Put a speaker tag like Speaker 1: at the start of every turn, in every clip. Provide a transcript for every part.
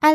Speaker 1: 艾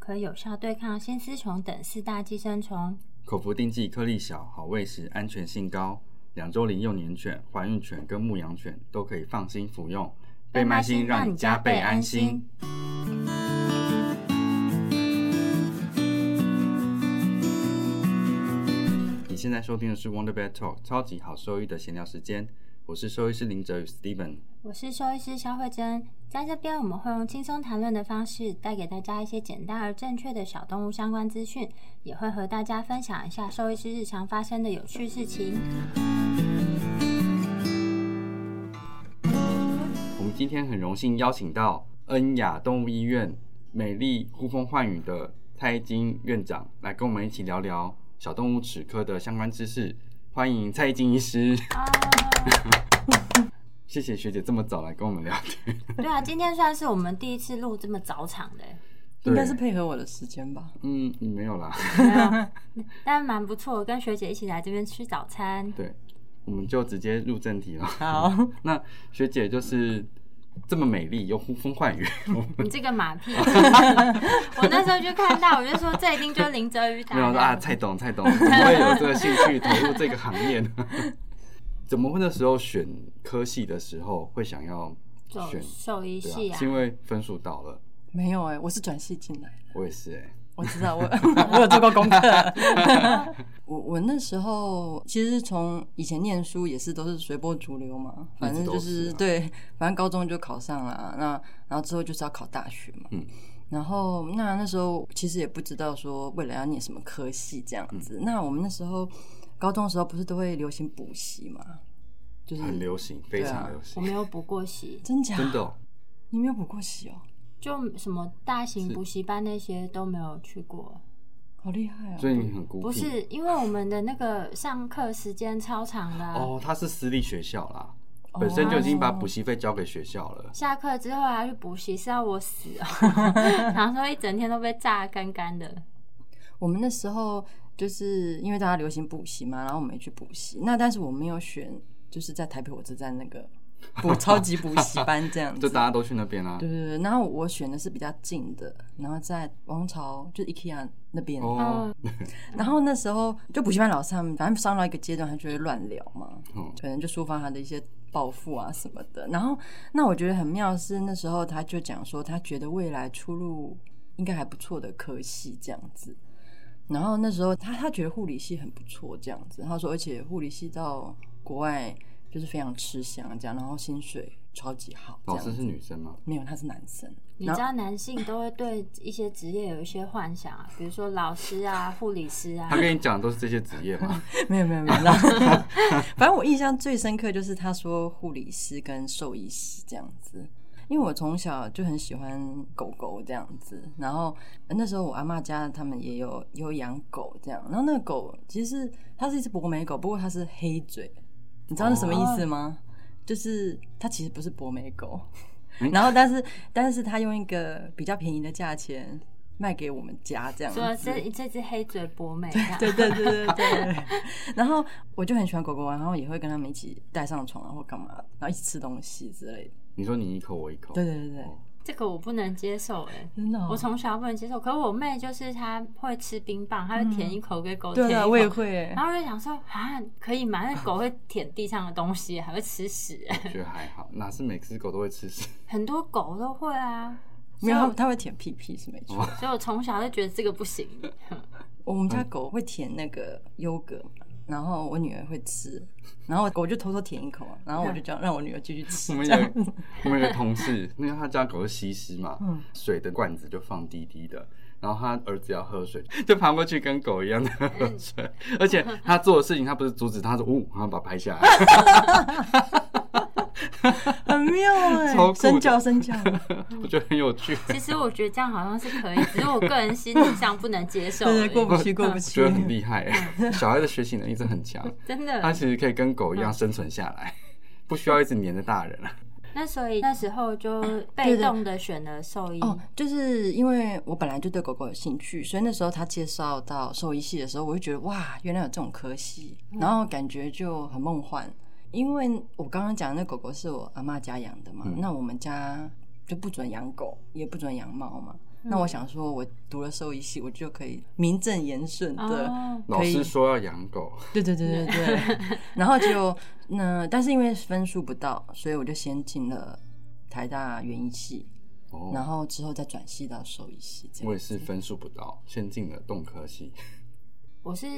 Speaker 1: 可有效对抗新丝虫等四大寄生虫。
Speaker 2: 口服定剂颗粒小，好喂食，安全性高。两周龄幼年犬、怀孕犬跟牧羊犬都可以放心服用。倍麦心让你加倍安心。。你现在收听的是 Wonder Vet Talk 超级好兽医的闲聊时间，我是兽医师林哲宇 Steven。
Speaker 1: 我是兽医师肖慧珍，在这边我们会用轻松谈论的方式，带给大家一些简单而正确的小动物相关资讯，也会和大家分享一下兽医师日常发生的有趣事情。
Speaker 2: 我们今天很荣幸邀请到恩雅动物医院美丽呼风唤雨的蔡金院长来跟我们一起聊聊小动物齿科的相关知识。欢迎蔡金医师， 谢谢学姐这么早来跟我们聊天。
Speaker 1: 对啊，今天算是我们第一次录这么早场的，
Speaker 2: 对
Speaker 3: 应该是配合我的时间吧。
Speaker 2: 嗯，没有啦。
Speaker 1: 但蛮不错，跟学姐一起来这边吃早餐。
Speaker 2: 对，我们就直接入正题了。
Speaker 3: 好，
Speaker 2: 那学姐就是这么美丽又呼风唤 雨，
Speaker 1: 你这个马 屁！ 我那时候就看到，我就说这一定就是林哲宇打
Speaker 2: 没有
Speaker 1: 的。
Speaker 2: 说啊，蔡董蔡董怎么会有这个兴趣投入这个行业呢？ 怎么会那时候选科系的时候会想要
Speaker 1: 走
Speaker 2: 选
Speaker 1: 兽医
Speaker 2: 对
Speaker 1: 系
Speaker 2: 啊？
Speaker 1: 啊
Speaker 2: 是，因为分数到了，
Speaker 3: 没有哎、我是转系进来的。
Speaker 2: 我也是哎、
Speaker 3: 我 知道，我 我有做过功课。 我我那时候其实从以前念书也是都是随波逐流嘛，反正就
Speaker 2: 嗯一直都是啊
Speaker 3: 对，反正高中就考上了，那然后之后就是要考大学嘛。
Speaker 2: 嗯
Speaker 3: 然后那那时候其实也不知道说未来要念什么科系这样子。
Speaker 2: 嗯
Speaker 3: 那我们那时候高中的时候不是都会流行补习嘛，就是
Speaker 2: 很流行，非常流
Speaker 1: 我
Speaker 2: 行，
Speaker 1: 没有补过习，
Speaker 3: 真假
Speaker 2: 嗯真的哦、
Speaker 3: 你没有补过习哦，
Speaker 1: 就什么大型
Speaker 2: 是
Speaker 1: 补习班那些都没有去过。
Speaker 3: 好厉害哦！
Speaker 2: 所以你很孤僻。
Speaker 1: 不是因为我们的那个上课时间超长的啊、
Speaker 2: 哦，他是私立学校啦，
Speaker 3: 哦
Speaker 2: 本身就已经把补习费交给学校了。
Speaker 1: 下课之后还要去补习，是要我死 哦！然后说一整天都被榨干干的。
Speaker 3: 我们那时候就是因为大家流行补习嘛，然后我们也去补习。那但是我没有选，就是在台北火车站那个 补超级补习班这样
Speaker 2: 就
Speaker 3: 子。
Speaker 2: 大家都去那边啊啦、
Speaker 3: 对对对，然后我选的是比较近的，然后在王朝就是 IKEA 那边。
Speaker 1: 嗯
Speaker 2: 哦，
Speaker 3: 然后那时候就补习班老师他们，反正上到一个阶段，他就会乱聊嘛，
Speaker 2: 嗯
Speaker 3: 可能就抒发他的一些抱负啊什么的。然后那我觉得很妙是那时候他就讲说，他觉得未来出路应该还不错的科系这样子。然后那时候他他觉得护理系很不错这样子，他说而且护理系到国外就是非常吃香这样，然后薪水超级好这
Speaker 2: 老
Speaker 3: 样
Speaker 2: 师
Speaker 3: 子。
Speaker 2: 是女生吗？
Speaker 3: 没有，他是男生。
Speaker 1: 你知道男性都会对一些职业有一些幻想啊，比如说老师啊、 护理师啊
Speaker 2: 他。跟你讲的都是这些职业吗？
Speaker 3: 没有没有没有， 然后反正我印象最深刻就是他说护理师跟兽医师这样子，因为我从小就很喜欢狗狗这样子，然后呃那时候我阿妈家他们也有也有养狗这样，然后那个狗其实是它是一只博美狗，不过它是黑嘴，你知道那什么意思吗？就是它其实不是博美狗，
Speaker 2: 嗯
Speaker 3: 然后但是但是它用一个比较便宜的价钱卖给我们家这样子，
Speaker 1: 说这这只黑嘴博美这啊样，
Speaker 3: 对对对对对。啊 然后我就很喜欢狗狗啊，然后也会跟他们一起带上床啊，或干嘛，然后一起吃东西之类的。
Speaker 2: 你说你一口我一口，
Speaker 3: 对对对对，
Speaker 2: 哦
Speaker 1: 这个我不能接受哎、
Speaker 3: 真的哦、
Speaker 1: 我从小不能接受，可我妹就是她会吃冰棒，她会舔一口给狗舔
Speaker 3: 嗯对
Speaker 1: 一
Speaker 3: 对，
Speaker 1: 口，
Speaker 3: 我也会
Speaker 1: 然。后我就想说啊，可以吗？那狗会舔地上的东西，还会吃屎，
Speaker 2: 我觉得还好，哪是每只狗都会吃屎？
Speaker 1: 很多狗都会啊。
Speaker 3: 没有，它它会舔屁屁是没
Speaker 2: 哦
Speaker 3: 错。
Speaker 1: 所以我从小就觉得这个不行。
Speaker 3: 我们家狗会舔那个优格，然后我女儿会吃，然后我就偷偷舔一口啊，然后我就这样让我女儿继续吃
Speaker 2: 我。们
Speaker 3: 这
Speaker 2: 有
Speaker 3: 样
Speaker 2: 我们有个同 事，因为他家狗是西施嘛，
Speaker 3: 嗯
Speaker 2: 水的罐子就放滴滴的，然后他儿子要喝 水，就爬过去跟狗一样的喝水，而 且他做的事情，他不是阻止他说，呜、然后把它拍下来。
Speaker 3: 很妙哎、
Speaker 2: 超酷的
Speaker 3: 身教身教，
Speaker 2: 我觉得很有趣，
Speaker 1: 其实我觉得这样好像是可以，只是我个人心理上不能接受而
Speaker 3: 对
Speaker 1: 已。
Speaker 3: 对，过不去过不
Speaker 2: 觉
Speaker 3: 去
Speaker 2: 得。很厉 害。小孩的学习能力真的很
Speaker 3: 嗯
Speaker 2: 强，
Speaker 1: 真
Speaker 2: 他
Speaker 3: 啊
Speaker 1: 的。
Speaker 2: 其实可以跟狗一样生存下来，不需要一直黏着大人啊。
Speaker 1: 那所以那时候就
Speaker 3: 对
Speaker 1: 被
Speaker 3: 对
Speaker 1: 动的选了
Speaker 2: 嗯
Speaker 1: 兽医。
Speaker 3: 哦，就是因为我本来就对狗狗有兴趣，所以那时候他介绍到兽医系的时候，我就觉得哇，原来有这种科系，
Speaker 2: 嗯
Speaker 3: 然后感觉就很梦幻。因为我刚刚讲的那狗狗是我阿妈家养的嘛，
Speaker 2: 嗯
Speaker 3: 那我们家就不准养狗，也不准养猫嘛。
Speaker 2: 嗯
Speaker 3: 那
Speaker 1: 嗯
Speaker 3: 我想说，我读了兽医系，我就可以名正言顺的、
Speaker 1: 哦
Speaker 2: 老
Speaker 3: 可以
Speaker 2: 师说要养狗，
Speaker 3: 对对对对对，然后就那，但是因为分数不到，所以我就先进了台大园艺系，
Speaker 2: 哦
Speaker 3: 然后之后再转系到兽医系。这
Speaker 2: 我
Speaker 3: 样
Speaker 2: 也是分数不到，先进了动科系。
Speaker 1: 我是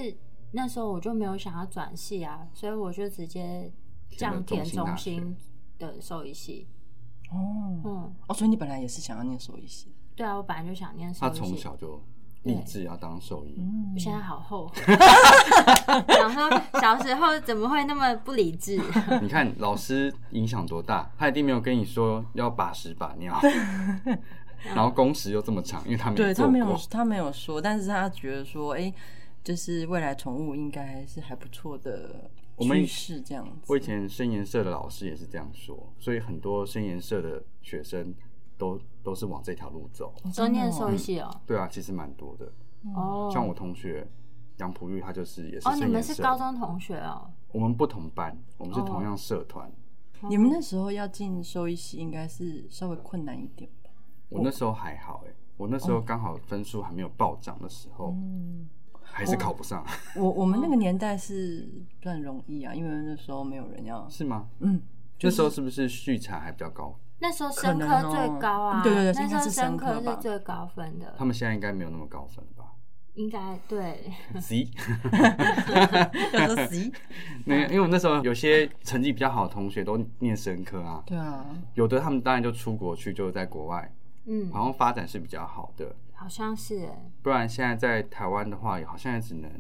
Speaker 1: 那时候我就没有想要转系啊，所以我就直接这样填
Speaker 2: 填了
Speaker 1: 中
Speaker 2: 中
Speaker 1: 心
Speaker 2: 心
Speaker 1: 的兽医系。
Speaker 3: 哦
Speaker 1: 嗯，
Speaker 3: 哦，所以你本来也是想要念兽医系，
Speaker 1: 对啊，我本来就想念兽
Speaker 2: 他
Speaker 1: 医系。
Speaker 2: 从小就立志要当兽医，
Speaker 3: 嗯
Speaker 1: 我现在好后悔， 想说小时候怎么会那么不理智？
Speaker 2: 你看老师影响多大，他一定没有跟你说要把屎把尿，然后工时又这么长，因为他没
Speaker 3: 对
Speaker 2: 做
Speaker 3: 他没有
Speaker 2: 过，
Speaker 3: 他没有说，但是他觉得说，哎、就是未来宠物应该是还不错的
Speaker 2: 我们
Speaker 3: 趋势这样子。
Speaker 2: 我以前深研社的老师也是这样说，所以很多深研社的学生都都是往这条路走。
Speaker 3: 哦
Speaker 1: 中念兽
Speaker 3: 真的
Speaker 1: 医系哦，
Speaker 2: 对啊，其实蛮多的，
Speaker 1: 哦，
Speaker 2: 像我同学杨璞玉，他就是也是
Speaker 1: 哦，
Speaker 2: 深
Speaker 1: 你
Speaker 2: 研社。
Speaker 1: 们是高？中同学哦，
Speaker 2: 我们不同班，我们是
Speaker 1: 哦
Speaker 2: 同样社团。
Speaker 3: 哦你们那时候要进兽医系，应该是稍微困难一点吧？
Speaker 2: 我那时候还好哎、我那时候刚好分数还没有暴涨的时候，
Speaker 3: 嗯。哦
Speaker 2: 还是考不上，
Speaker 3: 我我们那个年代是算容易啊，因为那时候没有人要，
Speaker 2: 是吗？
Speaker 3: 嗯，就
Speaker 2: 那时候
Speaker 3: 是
Speaker 2: 是不是续产还比较高？
Speaker 1: 那时候
Speaker 3: 可
Speaker 1: 生
Speaker 3: 能
Speaker 1: 科最
Speaker 3: 哦
Speaker 1: 高啊，
Speaker 3: 对对对
Speaker 1: 那
Speaker 3: 应
Speaker 1: 时
Speaker 3: 该
Speaker 1: 候
Speaker 3: 是
Speaker 1: 生
Speaker 3: 生科
Speaker 1: 科
Speaker 3: 吧
Speaker 1: 是最高分的
Speaker 2: 他，们现在应该没有那么高分了 吧？
Speaker 1: 应该对，
Speaker 2: 急，
Speaker 3: 要说十一，
Speaker 2: 那因为我那时候有些成绩比较好的同学都念生科啊，
Speaker 3: 对啊，
Speaker 2: 有的他们当然就出国去，就在国外，
Speaker 1: 嗯，
Speaker 2: 好像发展是比较好的。
Speaker 1: 好像是耶，
Speaker 2: 不然现在在台湾的话，也好像也只能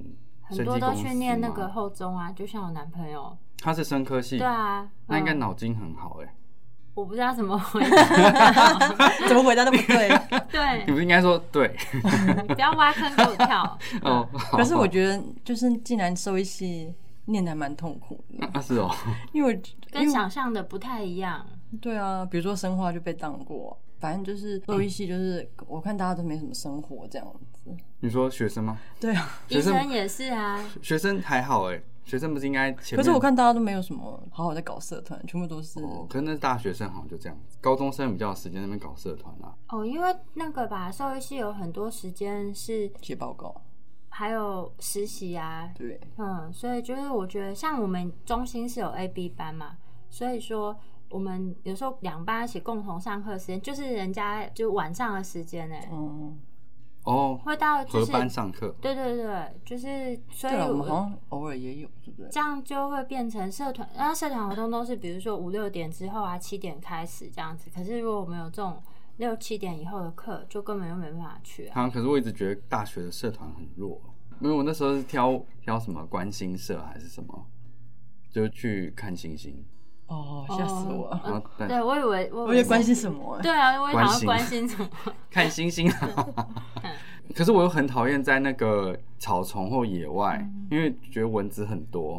Speaker 1: 很
Speaker 2: 生
Speaker 1: 多
Speaker 2: 技
Speaker 1: 都
Speaker 2: 公司
Speaker 1: 去念那
Speaker 2: 嘛
Speaker 1: 个，后中啊，就像我男朋友，
Speaker 2: 他是生科系，
Speaker 1: 对，啊，
Speaker 2: 那应该
Speaker 1: 嗯
Speaker 2: 脑筋很好哎、
Speaker 1: 我不知道怎么回 答，
Speaker 3: 怎么回答都不对。
Speaker 1: 对啊
Speaker 2: 你，不是应该说对
Speaker 1: 不要挖坑给我跳，
Speaker 2: 哦？
Speaker 3: 可是我觉得，就是竟然兽医系念的还蛮痛苦的，
Speaker 2: 啊是哦，
Speaker 3: 因为我
Speaker 1: 跟想象的不太一样，
Speaker 3: 对啊，比如说生化就被当过，反正就是兽医系，就是我看大家都没什么生活这样子。
Speaker 2: 你说学生吗？
Speaker 3: 对啊，
Speaker 1: 医
Speaker 2: 学生
Speaker 1: 生也是啊，
Speaker 2: 学生还好哎、学生不是应该前面？
Speaker 3: 可是我看大家都没有什么好好在搞社团，全部都是
Speaker 2: 哦，可是那是大学生好像就这样，高中生比较有时间在那边搞社团啊。
Speaker 1: 哦，因为那个吧，兽医系有很多时间是
Speaker 3: 写报告，
Speaker 1: 还有实习啊，
Speaker 3: 对，
Speaker 1: 嗯，所以就是我觉得，像我们中心是有 A、B 班嘛，所以说我们有时候两班一起共同上课的时间，就是人家就晚上的时间呢、
Speaker 3: 嗯，
Speaker 2: 哦，
Speaker 1: 会到就
Speaker 2: 合
Speaker 1: 是
Speaker 2: 班上课，
Speaker 1: 对对对，就是所以
Speaker 3: 对了，啊我们好
Speaker 1: 我
Speaker 3: 像偶尔也有，对不对？
Speaker 1: 这样就会变成社团，然后社团活动都是比如说五六点之后啊，七点开始这样子。可是如果我们有这种六七点以后的课，就根本就没办法去啊。
Speaker 2: 好像可是我一直觉得大学的社团很弱，因为我那时候是挑挑什么观星社还是什么，就去看星星，
Speaker 3: 哦，吓死我了！
Speaker 2: 然后
Speaker 1: 嗯
Speaker 2: 但
Speaker 1: 对，我以为我
Speaker 3: 我也关心什么、欸？
Speaker 1: 对啊，我也想
Speaker 2: 关
Speaker 1: 要
Speaker 2: 心
Speaker 1: 关心什么？
Speaker 2: 看星星 啊。
Speaker 1: 嗯
Speaker 2: 可是我又很讨厌在那个草丛或野外，
Speaker 1: 嗯
Speaker 2: 因为觉得蚊子很多。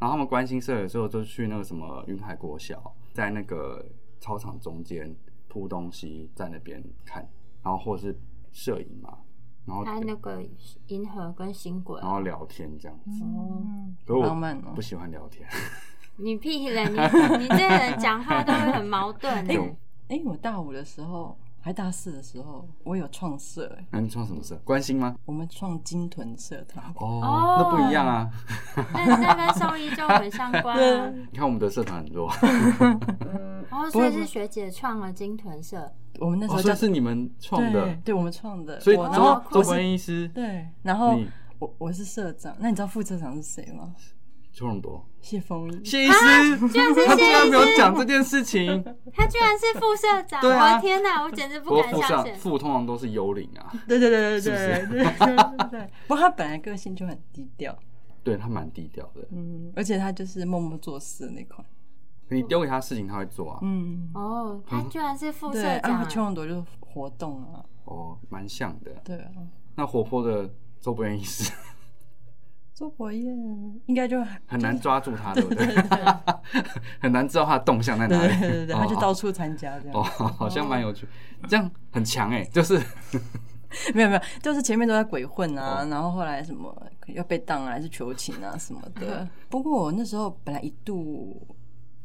Speaker 2: 然后他们关心社的时候，就去那个什么云海国小，在那个操场中间铺东西，在那边看，然后或者是摄影嘛，然后
Speaker 1: 还啊有那个银河跟新轨啊，
Speaker 2: 然后聊天这样子。
Speaker 3: 嗯，
Speaker 2: 可是
Speaker 3: 浪
Speaker 2: 我
Speaker 3: 漫哦
Speaker 2: 不。喜欢聊天，
Speaker 1: 你屁嘞！你你这人讲话都会很矛盾 欸
Speaker 2: 就
Speaker 3: 哎、我大五的时候，还大四的时候，我有创社、欸，
Speaker 2: 那你创什么社？关心吗？
Speaker 3: 我们创金屯社团。
Speaker 2: 哦，
Speaker 1: 哦
Speaker 2: 那不一样啊！
Speaker 1: 那那跟兽医就很相关啊。
Speaker 2: 你看我们的社团很弱，
Speaker 1: 哦，所以是学姐创了金豚社，
Speaker 3: 我们那时
Speaker 2: 哦，
Speaker 3: 候
Speaker 2: 所
Speaker 3: 叫、
Speaker 2: 以是你们创
Speaker 3: 对
Speaker 2: 的，，
Speaker 3: 对我们创的。
Speaker 2: 所以
Speaker 3: 我然
Speaker 2: 周
Speaker 3: 后
Speaker 2: 周
Speaker 3: 我
Speaker 2: 观
Speaker 3: 是
Speaker 2: 医师
Speaker 3: 对，哦然后
Speaker 2: 你
Speaker 3: 我我是社长。那你知道副社长是谁吗？
Speaker 2: 邱永多。
Speaker 3: 谢峰一。
Speaker 2: 谢医师，他竟然没有讲这件事 情。
Speaker 1: 她居然是副社长！
Speaker 2: 对啊
Speaker 1: 我的天哪，我简直
Speaker 2: 不
Speaker 1: 不
Speaker 2: 过
Speaker 1: 敢
Speaker 2: 副
Speaker 1: 相
Speaker 2: 上
Speaker 1: 信。
Speaker 2: 副通常都是幽灵啊，
Speaker 3: 对对对对对
Speaker 2: 是
Speaker 3: 对对对对。 不过他本来个性就很低调，
Speaker 2: 对他蛮低调的。
Speaker 3: 嗯，而且他就是默默做事那款。
Speaker 2: 你丢给他事情他会做啊，
Speaker 3: 嗯，
Speaker 1: 哦，他居然是副社
Speaker 3: 对
Speaker 1: 长
Speaker 3: 啊，，邱永朵就是活动啊，
Speaker 2: 哦，蛮像的。
Speaker 3: 对啊，
Speaker 2: 那活泼的周伯彦医 师
Speaker 3: 周伯彦应该就
Speaker 2: 很难抓住他，对不对？
Speaker 3: 对对
Speaker 2: 很难知道他的动向在
Speaker 3: 对
Speaker 2: 哪里。
Speaker 3: 对对对，
Speaker 2: 哦
Speaker 3: 他就到处哦参加这
Speaker 2: 哦，
Speaker 3: 样，
Speaker 2: 好像蛮有趣，这样很强哎，就是
Speaker 3: 没有没有，就是前面都在鬼混啊，
Speaker 2: 哦
Speaker 3: 然后后来什么要被当啊，还是求情 啊什么的。不过我那时候本来一度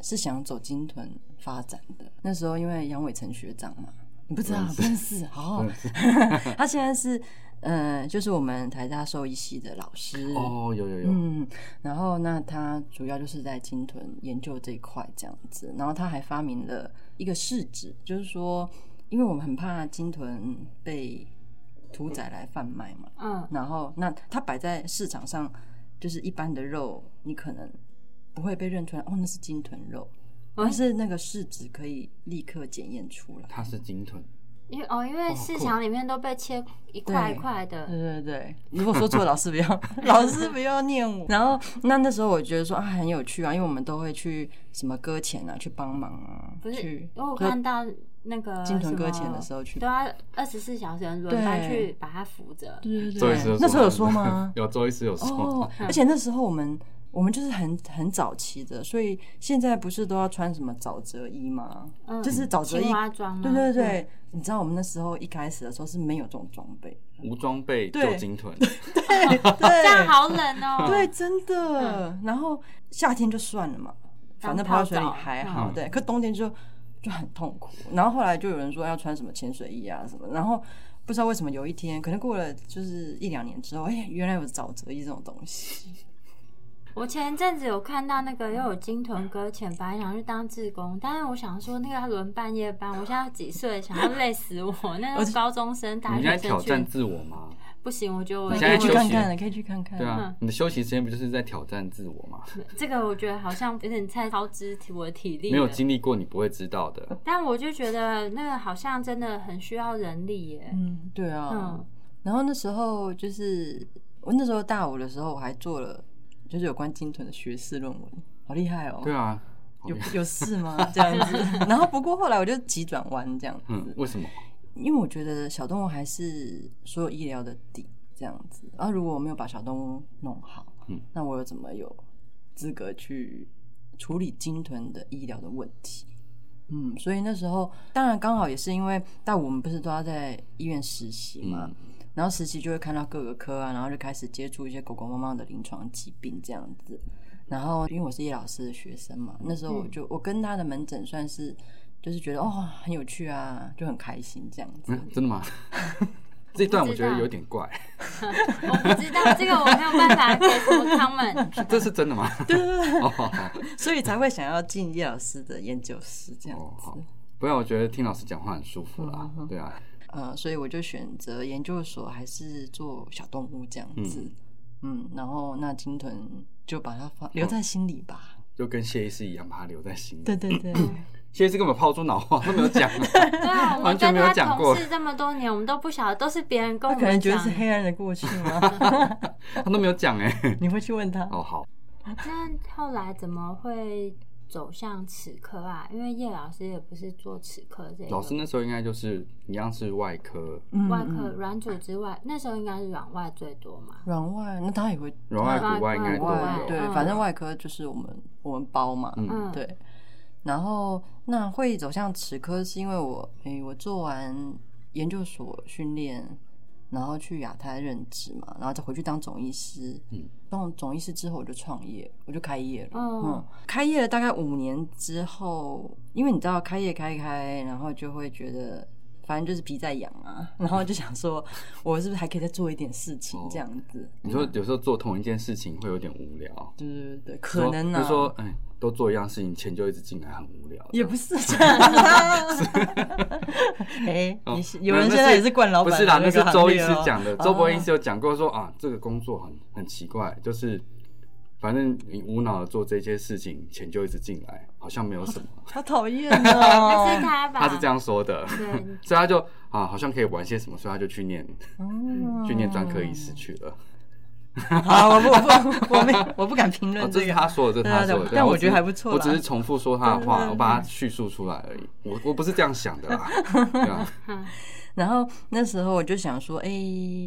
Speaker 3: 是想走金屯发展的，那时候因为杨伟成学长嘛，你不知道
Speaker 2: 认识
Speaker 3: 不认识，哦， 他现在是呃，就是我们台大兽医系的老师。
Speaker 2: 哦，有有有，
Speaker 3: 嗯，然后那他主要就是在金屯研究这一块这样子，然后他还发明了一个试纸，就是说，因为我们很怕金屯被屠宰来贩卖嘛，
Speaker 1: 嗯，
Speaker 3: 然后那它摆在市场上，就是一般的肉，你可能不会被认出来，哦，那是金豚肉，但是那个试纸可以立刻检验出来。
Speaker 2: 他是鲸豚，
Speaker 1: 因为哦，因为
Speaker 2: 哦
Speaker 1: 市
Speaker 2: 酷
Speaker 1: 场里面都被切一块一块的，
Speaker 3: 对对对，如果说错，老师不 要，老师不要念我。然后那那时候我觉得说啊很有趣啊，因为我们都会去什么搁浅啊，去帮忙啊，
Speaker 1: 不是
Speaker 3: 去，
Speaker 1: 因为我
Speaker 3: 搁
Speaker 1: 看到那个
Speaker 3: 金豚搁
Speaker 1: 什
Speaker 3: 浅
Speaker 1: 么
Speaker 3: 的时候去
Speaker 1: 都要二十四小时轮班
Speaker 3: 对
Speaker 1: 去把它扶着。
Speaker 3: 对对
Speaker 2: 周医师
Speaker 3: 对
Speaker 2: 有，
Speaker 3: 那时候有说 吗？
Speaker 2: 有周医师有说
Speaker 3: 哦，，而且那时候我们我们就是很很早期的，所以现在不是都要穿什么沼泽衣吗？
Speaker 1: 嗯
Speaker 3: 就是沼泽衣
Speaker 1: 青蛙装吗啊
Speaker 3: 对对对，你知道我们那时候一开始的时候是没有这种装备，
Speaker 2: 无装备就
Speaker 3: 对
Speaker 2: 鲸豚，
Speaker 3: 对，
Speaker 1: 这样
Speaker 3: 对
Speaker 1: 好冷哦。 嗯
Speaker 3: 对，真的。然后夏天就算了嘛，反正泡在水里
Speaker 1: 当泡澡
Speaker 3: 还好，
Speaker 2: 嗯
Speaker 3: 对。可冬天就就很痛苦。然后后来就有人说要穿什么潜水衣啊什么，然后不知道为什么有一天，可能过了就是一两年之后，哎、原来有沼泽衣这种东西。
Speaker 1: 我前一阵子有看到那个又有金豚搁浅，本来想去当志工，但是我想说那个要轮半夜班，我现在几岁，想要累死我。那种高中生、
Speaker 2: 你
Speaker 1: 大
Speaker 2: 们在
Speaker 1: 学
Speaker 2: 挑
Speaker 1: 生
Speaker 2: 战
Speaker 1: 去
Speaker 2: 自我吗？
Speaker 1: 不行，我觉得我
Speaker 2: 你
Speaker 3: 可
Speaker 2: 现在
Speaker 3: 以
Speaker 2: 休
Speaker 3: 去
Speaker 2: 息
Speaker 3: 看看，可以去看看。
Speaker 2: 对啊，你的休息时间不就是在挑战自我吗？
Speaker 3: 嗯
Speaker 1: 这个我觉得好像有点太超支我的体力了。
Speaker 2: 没有经历过你不会知道的。
Speaker 1: 但我就觉得那个好像真的很需要人力耶。
Speaker 3: 嗯，对啊。
Speaker 1: 嗯
Speaker 3: 然后那时候就是我那时候大五的时候，我还做了就是有关鲸豚的学士论文，好厉害哦。
Speaker 2: 对啊，
Speaker 3: 有有事吗？这样子。 然后不过后来我就急转弯这样子，
Speaker 2: 嗯，为什么？
Speaker 3: 因为我觉得小动物还是所有医疗的底这样子。然后如果我没有把小动物弄好，
Speaker 2: 嗯
Speaker 3: 那我又怎么有资格去处理鲸豚的医疗的问题？嗯，所以那时候当然刚好也是因为，但我们不是都要在医院实习嘛，
Speaker 2: 嗯，
Speaker 3: 然后实习就会看到各个科啊，然后就开始接触一些狗狗、猫猫的临床疾病这样子。然后因为我是叶老师的学生嘛，那时候
Speaker 2: 嗯
Speaker 3: 我就、我跟他的门诊算是就是觉得哦很有趣啊，就很开心这样子。
Speaker 2: 嗯，真的吗？这段我觉得有点怪，
Speaker 1: 我不知道这个，我没有办法给什么 comment。
Speaker 2: 这是真的吗？
Speaker 3: 对对对，
Speaker 2: 哦，好好
Speaker 3: 所以才会想要进叶老师的研究室这样
Speaker 2: 哦
Speaker 3: 子
Speaker 2: 好。不要，我觉得听老师讲话很舒服啦。
Speaker 3: 嗯
Speaker 2: 对啊，
Speaker 3: 呃，所以我就选择研究所还是做小动物这样子。嗯然后那鲸豚就把它放
Speaker 2: 哦
Speaker 3: 留在心里吧。
Speaker 2: 就跟谢医师一样，把它留在心里。
Speaker 3: 对对 对，
Speaker 2: 谢医师根本抛出脑后都没有讲，
Speaker 1: 对啊，我
Speaker 2: 完
Speaker 1: 们
Speaker 2: 全
Speaker 1: 跟
Speaker 2: 没有
Speaker 1: 他
Speaker 2: 讲
Speaker 1: 同
Speaker 2: 过
Speaker 1: 事这么多年，我们都不晓得，都是别人跟
Speaker 3: 他
Speaker 1: 我
Speaker 3: 可能
Speaker 1: 们
Speaker 3: 觉得
Speaker 1: 讲
Speaker 3: 是。黑暗的过去吗？
Speaker 2: 他都没有讲哎。
Speaker 3: 你会去问他？
Speaker 2: 哦，好，
Speaker 1: 那后来怎么会走向齿科啊？因为叶老师也不是做齿科这个，
Speaker 2: 老师那时候应该就是一样是外科，
Speaker 3: 嗯
Speaker 1: 外科
Speaker 3: 嗯
Speaker 1: 软组织外，那时候应该是软外最多嘛。
Speaker 3: 软外，那他也会
Speaker 2: 软外
Speaker 1: 外
Speaker 2: 骨外应该都
Speaker 1: 骨外
Speaker 2: 有。
Speaker 3: 对
Speaker 1: 嗯，
Speaker 3: 反正外科就是我们我们包嘛，
Speaker 2: 嗯
Speaker 1: 嗯，，
Speaker 3: 对。然后那会走向齿科，是因为我诶、我做完研究所训练，然后去亚太任职嘛，然后再回去当总医师。
Speaker 2: 嗯，
Speaker 3: 当总医师之后，我就创业，我就开业了。
Speaker 1: 哦
Speaker 3: 嗯，开业了大概五年之后，因为你知道开业开一开，然后就会觉得。反正就是皮在痒啊，然后就想说，我是不是还可以再做一点事情
Speaker 2: 哦
Speaker 3: 这样子？
Speaker 2: 你说有时候做同一件事情会有点无聊，
Speaker 3: 对对对，可能啊呢、
Speaker 2: 就说哎，都做一样事情，钱就一直进来，很无 聊。
Speaker 3: 也不是这样啦。哎，
Speaker 2: 哦
Speaker 3: 你是有
Speaker 2: 没
Speaker 3: 人现在也是惯老板
Speaker 2: 不
Speaker 3: 的
Speaker 2: 是啦，那
Speaker 3: 个
Speaker 2: 是
Speaker 3: 行
Speaker 2: 周医
Speaker 3: 列
Speaker 2: 师
Speaker 3: 哦
Speaker 2: 讲的。
Speaker 3: 哦
Speaker 2: 周伯医师有讲过说啊，这个工作很很奇怪，就是反正你无脑的做这些事情，钱就一直进来，好像没有什么。
Speaker 3: 好讨厌
Speaker 1: 那是
Speaker 3: 哦。
Speaker 1: 他吧？
Speaker 2: 他是这样说的，
Speaker 1: 对
Speaker 2: 所以他就啊，好像可以玩些什么，所以他就去念
Speaker 3: 嗯
Speaker 2: 去念专科医师去了。
Speaker 3: 好，我不，我不，我没，我不敢评
Speaker 2: 哦
Speaker 3: 论
Speaker 2: 这
Speaker 3: 这
Speaker 2: 是
Speaker 3: 个。
Speaker 2: 他说的，这
Speaker 3: 对
Speaker 2: 是他
Speaker 3: 啊
Speaker 2: 说
Speaker 3: 对
Speaker 2: 的
Speaker 3: 啊，但
Speaker 2: 我
Speaker 3: 我
Speaker 2: 只
Speaker 3: 觉
Speaker 2: 是
Speaker 3: 得还不错
Speaker 2: 我
Speaker 3: 啦
Speaker 2: 只是重复说他的
Speaker 3: 对对嗯
Speaker 2: 话，
Speaker 3: 对
Speaker 2: 我把它叙述出来而已。我我不是这样想的 啦，对啊，
Speaker 3: 然后那时候我就想说，哎、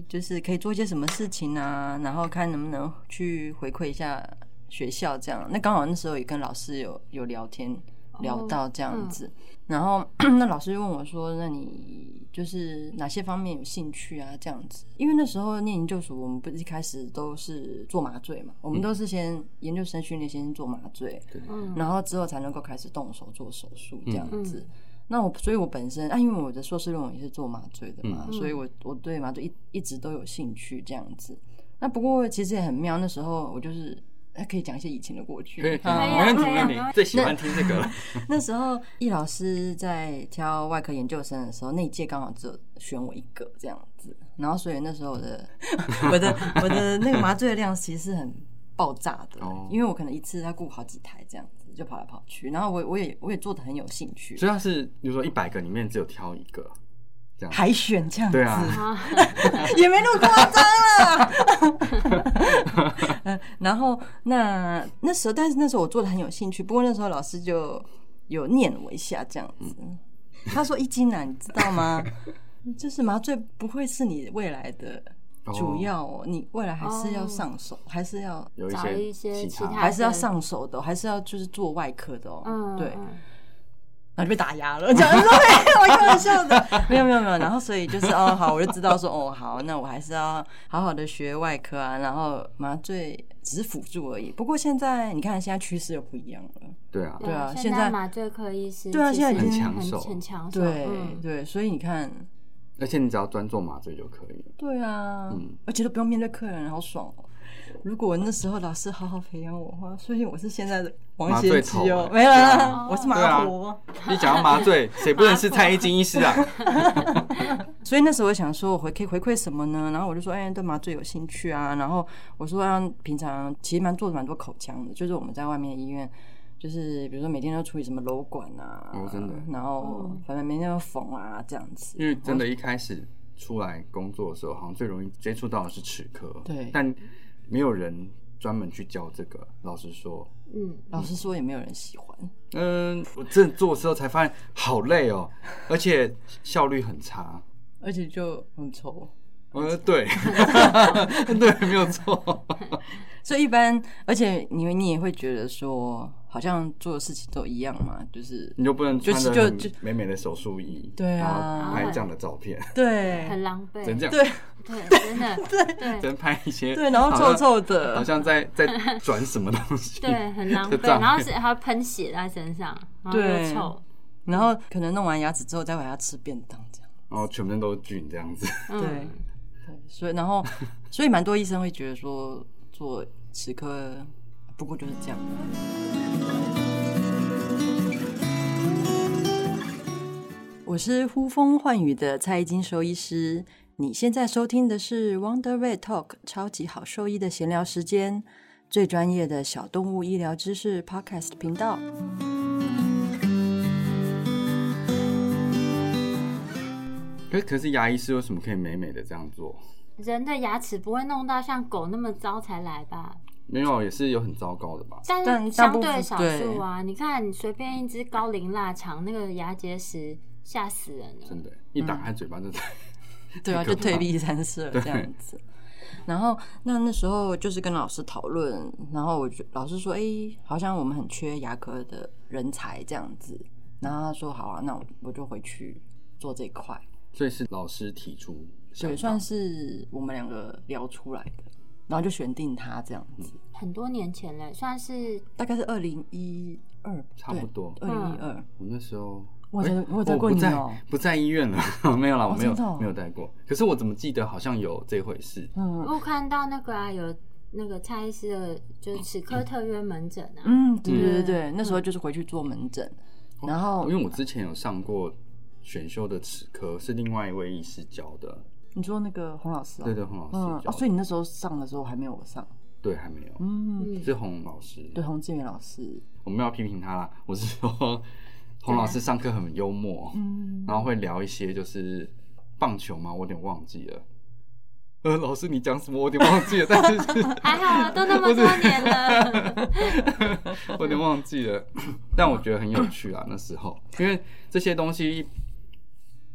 Speaker 3: 就是可以做一些什么事情啊，然后看能不能去回馈一下学校这样。那刚好那时候也跟老师有有聊天，聊到这样子。然后 那老师就问我说：“那你就是哪些方面有兴趣啊？”这样子，因为那时候念研究所，我们不是一开始都是做麻醉嘛，我们都是先研究生训练，先做麻醉，
Speaker 1: 嗯
Speaker 3: 然后之后才能够开始动手做手术这样子。
Speaker 1: 嗯
Speaker 3: 那我，所以我本身啊，因为我的硕士论文也是做麻醉的嘛，
Speaker 1: 嗯
Speaker 3: 所以我我对麻醉一一直都有兴趣这样子。那不过其实也很妙，那时候我就是哎可以讲一些以前的过去，
Speaker 2: 可以，可
Speaker 3: 啊
Speaker 2: 以
Speaker 1: 以
Speaker 2: 没问题，
Speaker 1: 可以
Speaker 2: 没
Speaker 1: 啊
Speaker 2: 问题
Speaker 1: 没问。题
Speaker 2: 最喜欢听这个了，
Speaker 3: 那时候易老师在挑外科研究生的时候，那一届刚好只有选我一个这样子，然后所以那时候 我的我的我的那个麻醉的量其实是很爆炸的，
Speaker 2: 哦
Speaker 3: 因为我可能一次要顾好几台这样子，就跑来跑去，然后我我也我也做的很有兴趣，
Speaker 2: 所以他是，比如说一百个里面只有挑一个，
Speaker 3: 海选这样子，
Speaker 2: 对啊，
Speaker 1: 啊，
Speaker 3: 也没那么夸张啦。嗯 然后那那时候，但是那时候我做的很有兴趣，不过那时候老师就有念我一下这样子。他说：“一金啊，你知道吗？ 就是麻醉不会是你未来的
Speaker 2: 哦
Speaker 3: 主要哦，你未来还是要上手，还是要
Speaker 2: 有一
Speaker 1: 找
Speaker 2: 些
Speaker 1: 一些
Speaker 2: 其
Speaker 1: 其他
Speaker 3: 还是要上手的哦、还是要就是做外科的哦。
Speaker 1: 嗯，
Speaker 3: 对，
Speaker 1: 嗯
Speaker 3: 然后就被打压了， 讲说没有，我开玩笑的，没有没有没有。然后所以就是哦，好，我就知道说哦，好，那我还是要好好的学外科啊，然后麻醉只是辅助而已。不过现在你看，现在趋势又不一样了，
Speaker 2: 对啊，
Speaker 3: 对啊
Speaker 1: 现
Speaker 3: 现在
Speaker 1: 麻醉科医师
Speaker 3: 对啊
Speaker 1: 其
Speaker 3: 现在
Speaker 1: 实
Speaker 3: 已
Speaker 2: 经
Speaker 1: 很
Speaker 2: 很抢手
Speaker 1: 很抢手，
Speaker 3: 对、
Speaker 1: 嗯
Speaker 3: 对，所以你看，
Speaker 2: 而且你只要专做麻醉就可以了。
Speaker 3: 对啊，
Speaker 2: 嗯
Speaker 3: 而且都不用面对客人，好爽哦。如果那时候老师好好培养我的话，所以我是现在的王
Speaker 2: 麻醉
Speaker 3: 贤
Speaker 2: 头
Speaker 3: 基哦
Speaker 2: 欸，
Speaker 3: 没有啦，我是
Speaker 2: 对啊
Speaker 3: 麻婆。
Speaker 2: 你讲到麻醉，谁不认识蔡依金 医师啊？
Speaker 3: 所以那时候我想说，我回可以回馈什么呢？然后我就说，哎、对麻醉有兴趣啊。然后我说，啊、平常其实蛮做的蛮多口腔的，就是我们在外面的医院，就是比如说每天都处理什么瘘管啊，
Speaker 2: 哦真的
Speaker 3: 然后反正每天都缝啊这样子。
Speaker 2: 因为真的，一开始出来工作的时候，好像最容易接触到的是齿科，
Speaker 3: 对
Speaker 2: 但没有人专门去教这个。老实说，
Speaker 1: 嗯，
Speaker 3: 老实说也没有人喜欢。
Speaker 2: 嗯，我真的做的时候才发现好累哦，而且效率很差。
Speaker 3: 而且就很丑，
Speaker 2: 呃， 对，对，没有错。
Speaker 3: 所以一般，而且你你也会觉得说，好像做的事情都一样嘛，就是
Speaker 2: 你就不能穿着
Speaker 3: 就是
Speaker 2: 很
Speaker 3: 就就
Speaker 2: 美美的手术衣，
Speaker 3: 对啊
Speaker 2: 然后拍这样的照片，
Speaker 3: 对
Speaker 1: 很狼狈，
Speaker 2: 只能这样，
Speaker 3: 对
Speaker 1: 对，真 的，对
Speaker 2: 只
Speaker 1: 对
Speaker 2: 能拍一些
Speaker 3: 对，然后臭
Speaker 2: 好
Speaker 3: 臭
Speaker 2: 像，
Speaker 3: 的
Speaker 2: 好，像在在转什么东 西，
Speaker 1: 对，很狼
Speaker 2: 就
Speaker 1: 狈
Speaker 2: 这，样
Speaker 1: 然后是还要喷血在身上，然后
Speaker 3: 对
Speaker 1: 又臭，
Speaker 3: 然后可能弄完牙齿之后再回家吃便当这样。
Speaker 2: 然后全部都菌这样子。
Speaker 3: 对
Speaker 1: 嗯，，
Speaker 3: 对，所以然后，所以蛮多医生会觉得说做齿科，不过就是这样。我是呼风唤雨的蔡依金兽医师，你现在收听的是 Wonder Vet Talk 超级好兽医的闲聊时间，最专业的小动物医疗知识 Podcast 频道。
Speaker 2: 可可是牙医师为什么可以美美的这样做？
Speaker 1: 人的牙齿不会弄到像狗那么糟才来吧？
Speaker 2: 没有，啊也是有很糟糕的吧？
Speaker 1: 但
Speaker 3: 但
Speaker 1: 是
Speaker 3: 大
Speaker 1: 相
Speaker 3: 部分
Speaker 1: 对少数啊，你看你随便一只高龄腊肠，那个牙结石吓死人了。
Speaker 2: 真的，一打开嘴巴
Speaker 3: 嗯
Speaker 2: 就
Speaker 3: 对啊，
Speaker 2: 太可
Speaker 3: 就
Speaker 2: 怕
Speaker 3: 退避三舍这样子。然后那那时候就是跟老师讨论，然后我就老师说，哎、好像我们很缺牙科的人才这样子。然后他说，好啊，那我我就回去做这一块。
Speaker 2: 所以是老师提出想法，
Speaker 3: 对，算是我们两个聊出来的，然后就选定他这样子，
Speaker 2: 嗯
Speaker 1: 很多年前了，算是
Speaker 3: 大概是二零一二，
Speaker 2: 差不多。
Speaker 3: 二零一二。
Speaker 2: 我那时候，
Speaker 3: 我有
Speaker 2: 诶
Speaker 3: 在我有在
Speaker 2: 不
Speaker 3: 过你
Speaker 2: 在
Speaker 3: 哦
Speaker 2: 不在医院了， 没有啦，我没有
Speaker 3: 真的哦
Speaker 2: 没有带过。可是我怎么记得好像有这回事？
Speaker 3: 嗯
Speaker 1: 我看到那个啊，有那个蔡医师的，就是齿科特约门诊啊，
Speaker 3: 嗯，对对对对，那时候就是回去做门诊，然后
Speaker 2: 因为我之前有上过选修的齿科，是另外一位医师教的，
Speaker 3: 你说那个洪老师、啊，
Speaker 2: 对对，洪老
Speaker 3: 嗯
Speaker 2: 师，教的
Speaker 3: 哦，所以你那时候上的时候还没有我上，
Speaker 2: 对，还没有，
Speaker 3: 嗯，
Speaker 1: 嗯，
Speaker 2: 是洪老师。
Speaker 3: 对，洪志远老师，
Speaker 2: 我没有要批评他啦，我是说洪老师上课很幽默，
Speaker 3: 嗯，
Speaker 2: 然后会聊一些就是棒球嘛，我有点忘记了。呃，老师你讲什么我有点忘记了，但是是
Speaker 1: 还好啊，都那么多年 了。
Speaker 2: 我有点忘记了， 但我觉得很有趣啊。那时候，因为这些东西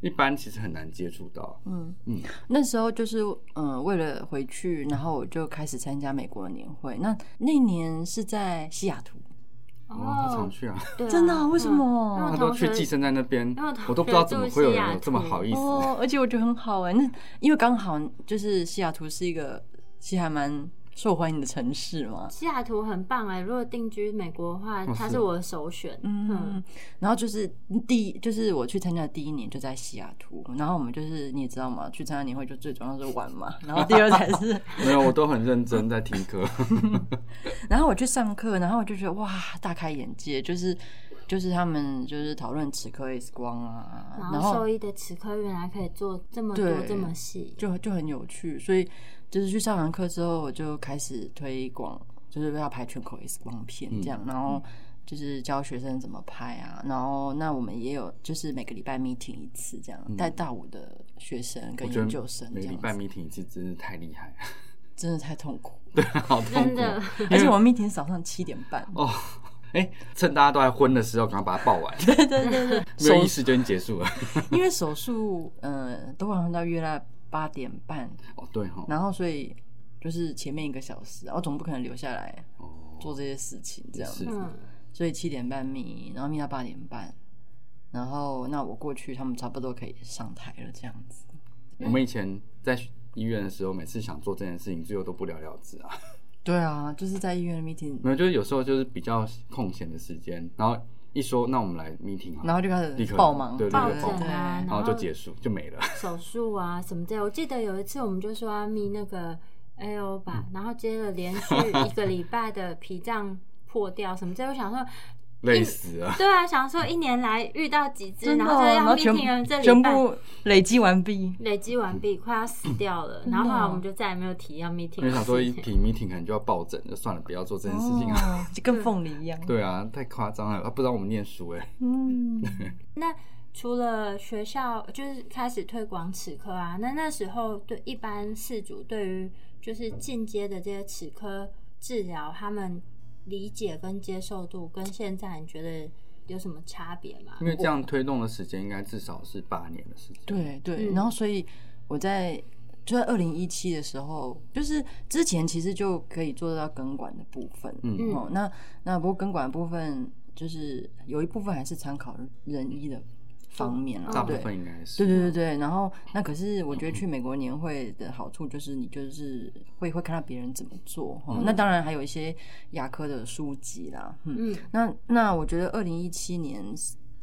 Speaker 2: 一般其实很难接触到。
Speaker 3: 嗯
Speaker 2: 嗯，
Speaker 3: 那时候就是嗯、呃为了回去，然后我就开始参加美国的年会。那那年是在西雅图，
Speaker 2: 哦，他常去啊，
Speaker 1: 对啊
Speaker 3: 真的啊、为什
Speaker 1: 嗯
Speaker 3: 么？
Speaker 1: 因为
Speaker 2: 他
Speaker 1: 我
Speaker 2: 都
Speaker 1: 同学
Speaker 2: 去寄生在那边
Speaker 1: 因为我同，
Speaker 2: 我都不知道
Speaker 1: 学
Speaker 2: 怎么
Speaker 1: 住
Speaker 2: 会有
Speaker 1: 西雅
Speaker 2: 人有这么
Speaker 1: 图
Speaker 2: 好意思。
Speaker 3: 哦，而且我觉得很好哎、那因为刚好就是西雅图是一个其实还蛮受欢迎的城市嘛，
Speaker 1: 西雅图很棒哎、如果定居美国的话，它哦
Speaker 2: 是
Speaker 1: 是我的首选。嗯，
Speaker 3: 嗯，然后就是第一，就是我去参加的第一年就在西雅图，然后我们就是你也知道嘛，去参加年会就最重要就是玩嘛，然后第二才是，
Speaker 2: 没有，我都很认真在听 课。
Speaker 3: 然后我去上课，然后我就觉得哇，大开眼界，就是就是他们就是讨论齿科 X 光啊，
Speaker 1: 然
Speaker 3: 然
Speaker 1: 后兽医的齿科原来可以做这么多
Speaker 3: 对
Speaker 1: 这么细，
Speaker 3: 就就很有趣，所以就是去上完课之后，我就开始推广，就是要拍全口 X 光片
Speaker 2: 嗯
Speaker 3: 这样，然后就是教学生怎么拍啊，然后那我们也有就是每个礼拜 meeting 一次这样，带大五的学生
Speaker 2: 嗯我
Speaker 3: 跟
Speaker 2: 觉
Speaker 3: 研究
Speaker 2: 得
Speaker 3: 生
Speaker 2: 每
Speaker 3: 这
Speaker 2: 礼
Speaker 3: 样
Speaker 2: 拜
Speaker 3: 子，
Speaker 2: meeting 一次真是太厉害，
Speaker 3: 真的太痛 苦，
Speaker 2: 好痛
Speaker 1: 真
Speaker 2: 苦
Speaker 1: 的。
Speaker 3: 而且我们 meeting 早上七点半，
Speaker 2: 哦。哎、趁大家都还昏的时候，赶快把它报完，
Speaker 3: 对对对
Speaker 2: 没
Speaker 3: 对，
Speaker 2: 有
Speaker 3: 手
Speaker 2: 意思就已经结束了。
Speaker 3: 因为手术，嗯、都晚上到约在八点半，
Speaker 2: 哦，对哈、
Speaker 3: 然后所以就是前面一个小时，我总不可能留下来
Speaker 2: 哦，
Speaker 3: 做这些事情这样
Speaker 2: 是
Speaker 3: 子。
Speaker 1: 嗯，
Speaker 3: 所以七点半密，然后密到八点半，然后那我过去，他们差不多可以上台了，这样子。
Speaker 2: 我们以前在医院的时候，每次想做这件事情，最后都不了了之啊。
Speaker 3: 对啊，就是在医院的 meeting，
Speaker 2: 没有，就是有时候就是比较空闲的时间，然后一说那我们来 meeting 啊，
Speaker 3: 然后就开
Speaker 2: 立刻
Speaker 3: 始爆忙，
Speaker 2: 对立刻
Speaker 1: 抱
Speaker 2: 爆
Speaker 1: 枕
Speaker 2: 忙
Speaker 1: 啊，
Speaker 3: 对
Speaker 2: 然后就结束就没了。
Speaker 1: 手术啊什么的。我记得有一次我们就说要咪那个 A O 吧，嗯然后接了连续一个礼拜的脾脏破掉什么之类，我想说。
Speaker 2: 累死了，
Speaker 1: 对啊，想说一年来遇到几只，
Speaker 3: 真的
Speaker 1: 然
Speaker 3: 哦，
Speaker 1: 后就
Speaker 3: 然
Speaker 1: 要
Speaker 3: 后
Speaker 1: meeting 了这礼
Speaker 3: 全部全
Speaker 1: 拜
Speaker 3: 部累积完毕，
Speaker 1: 累积完毕，快要死掉了。
Speaker 3: 的
Speaker 1: 然后后来
Speaker 3: 哦
Speaker 1: 我们就再也没有提要 meeting
Speaker 2: 因为
Speaker 1: 的
Speaker 2: 想说一
Speaker 1: 事情。
Speaker 2: 品 meeting 可能就要抱枕，就算了，不要做这件事情啊。
Speaker 3: 哦，就跟凤梨一样。
Speaker 2: 对啊，太夸张了，啊不让我们念书哎、
Speaker 3: 嗯，
Speaker 1: 那除了学校就是开始推广齿科啊，那那时候对一般饲主对于就是进阶的这些齿科治疗，他们理解跟接受度跟现在你觉得有什么差别吗？
Speaker 2: 因为这样推动的时间应该至少是八年的时间。，
Speaker 3: 对对，
Speaker 1: 嗯
Speaker 3: 然后所以我在就在二零一七的时候，就是之前其实就可以做到根管的部分，
Speaker 2: 嗯
Speaker 3: 哦，那那不过根管的部分就是有一部分还是参考人医的方面啦，
Speaker 1: 嗯
Speaker 2: 哦大部
Speaker 3: 对。
Speaker 2: 分嗯应该是。
Speaker 3: 对对对对，然后那可是我觉得去美国年会的好处就是你就是会会看到别人怎么做哈、哦
Speaker 2: 嗯
Speaker 3: 那当然还有一些牙科的书籍啦，嗯，
Speaker 1: 嗯
Speaker 3: 那那我觉得二零一七年，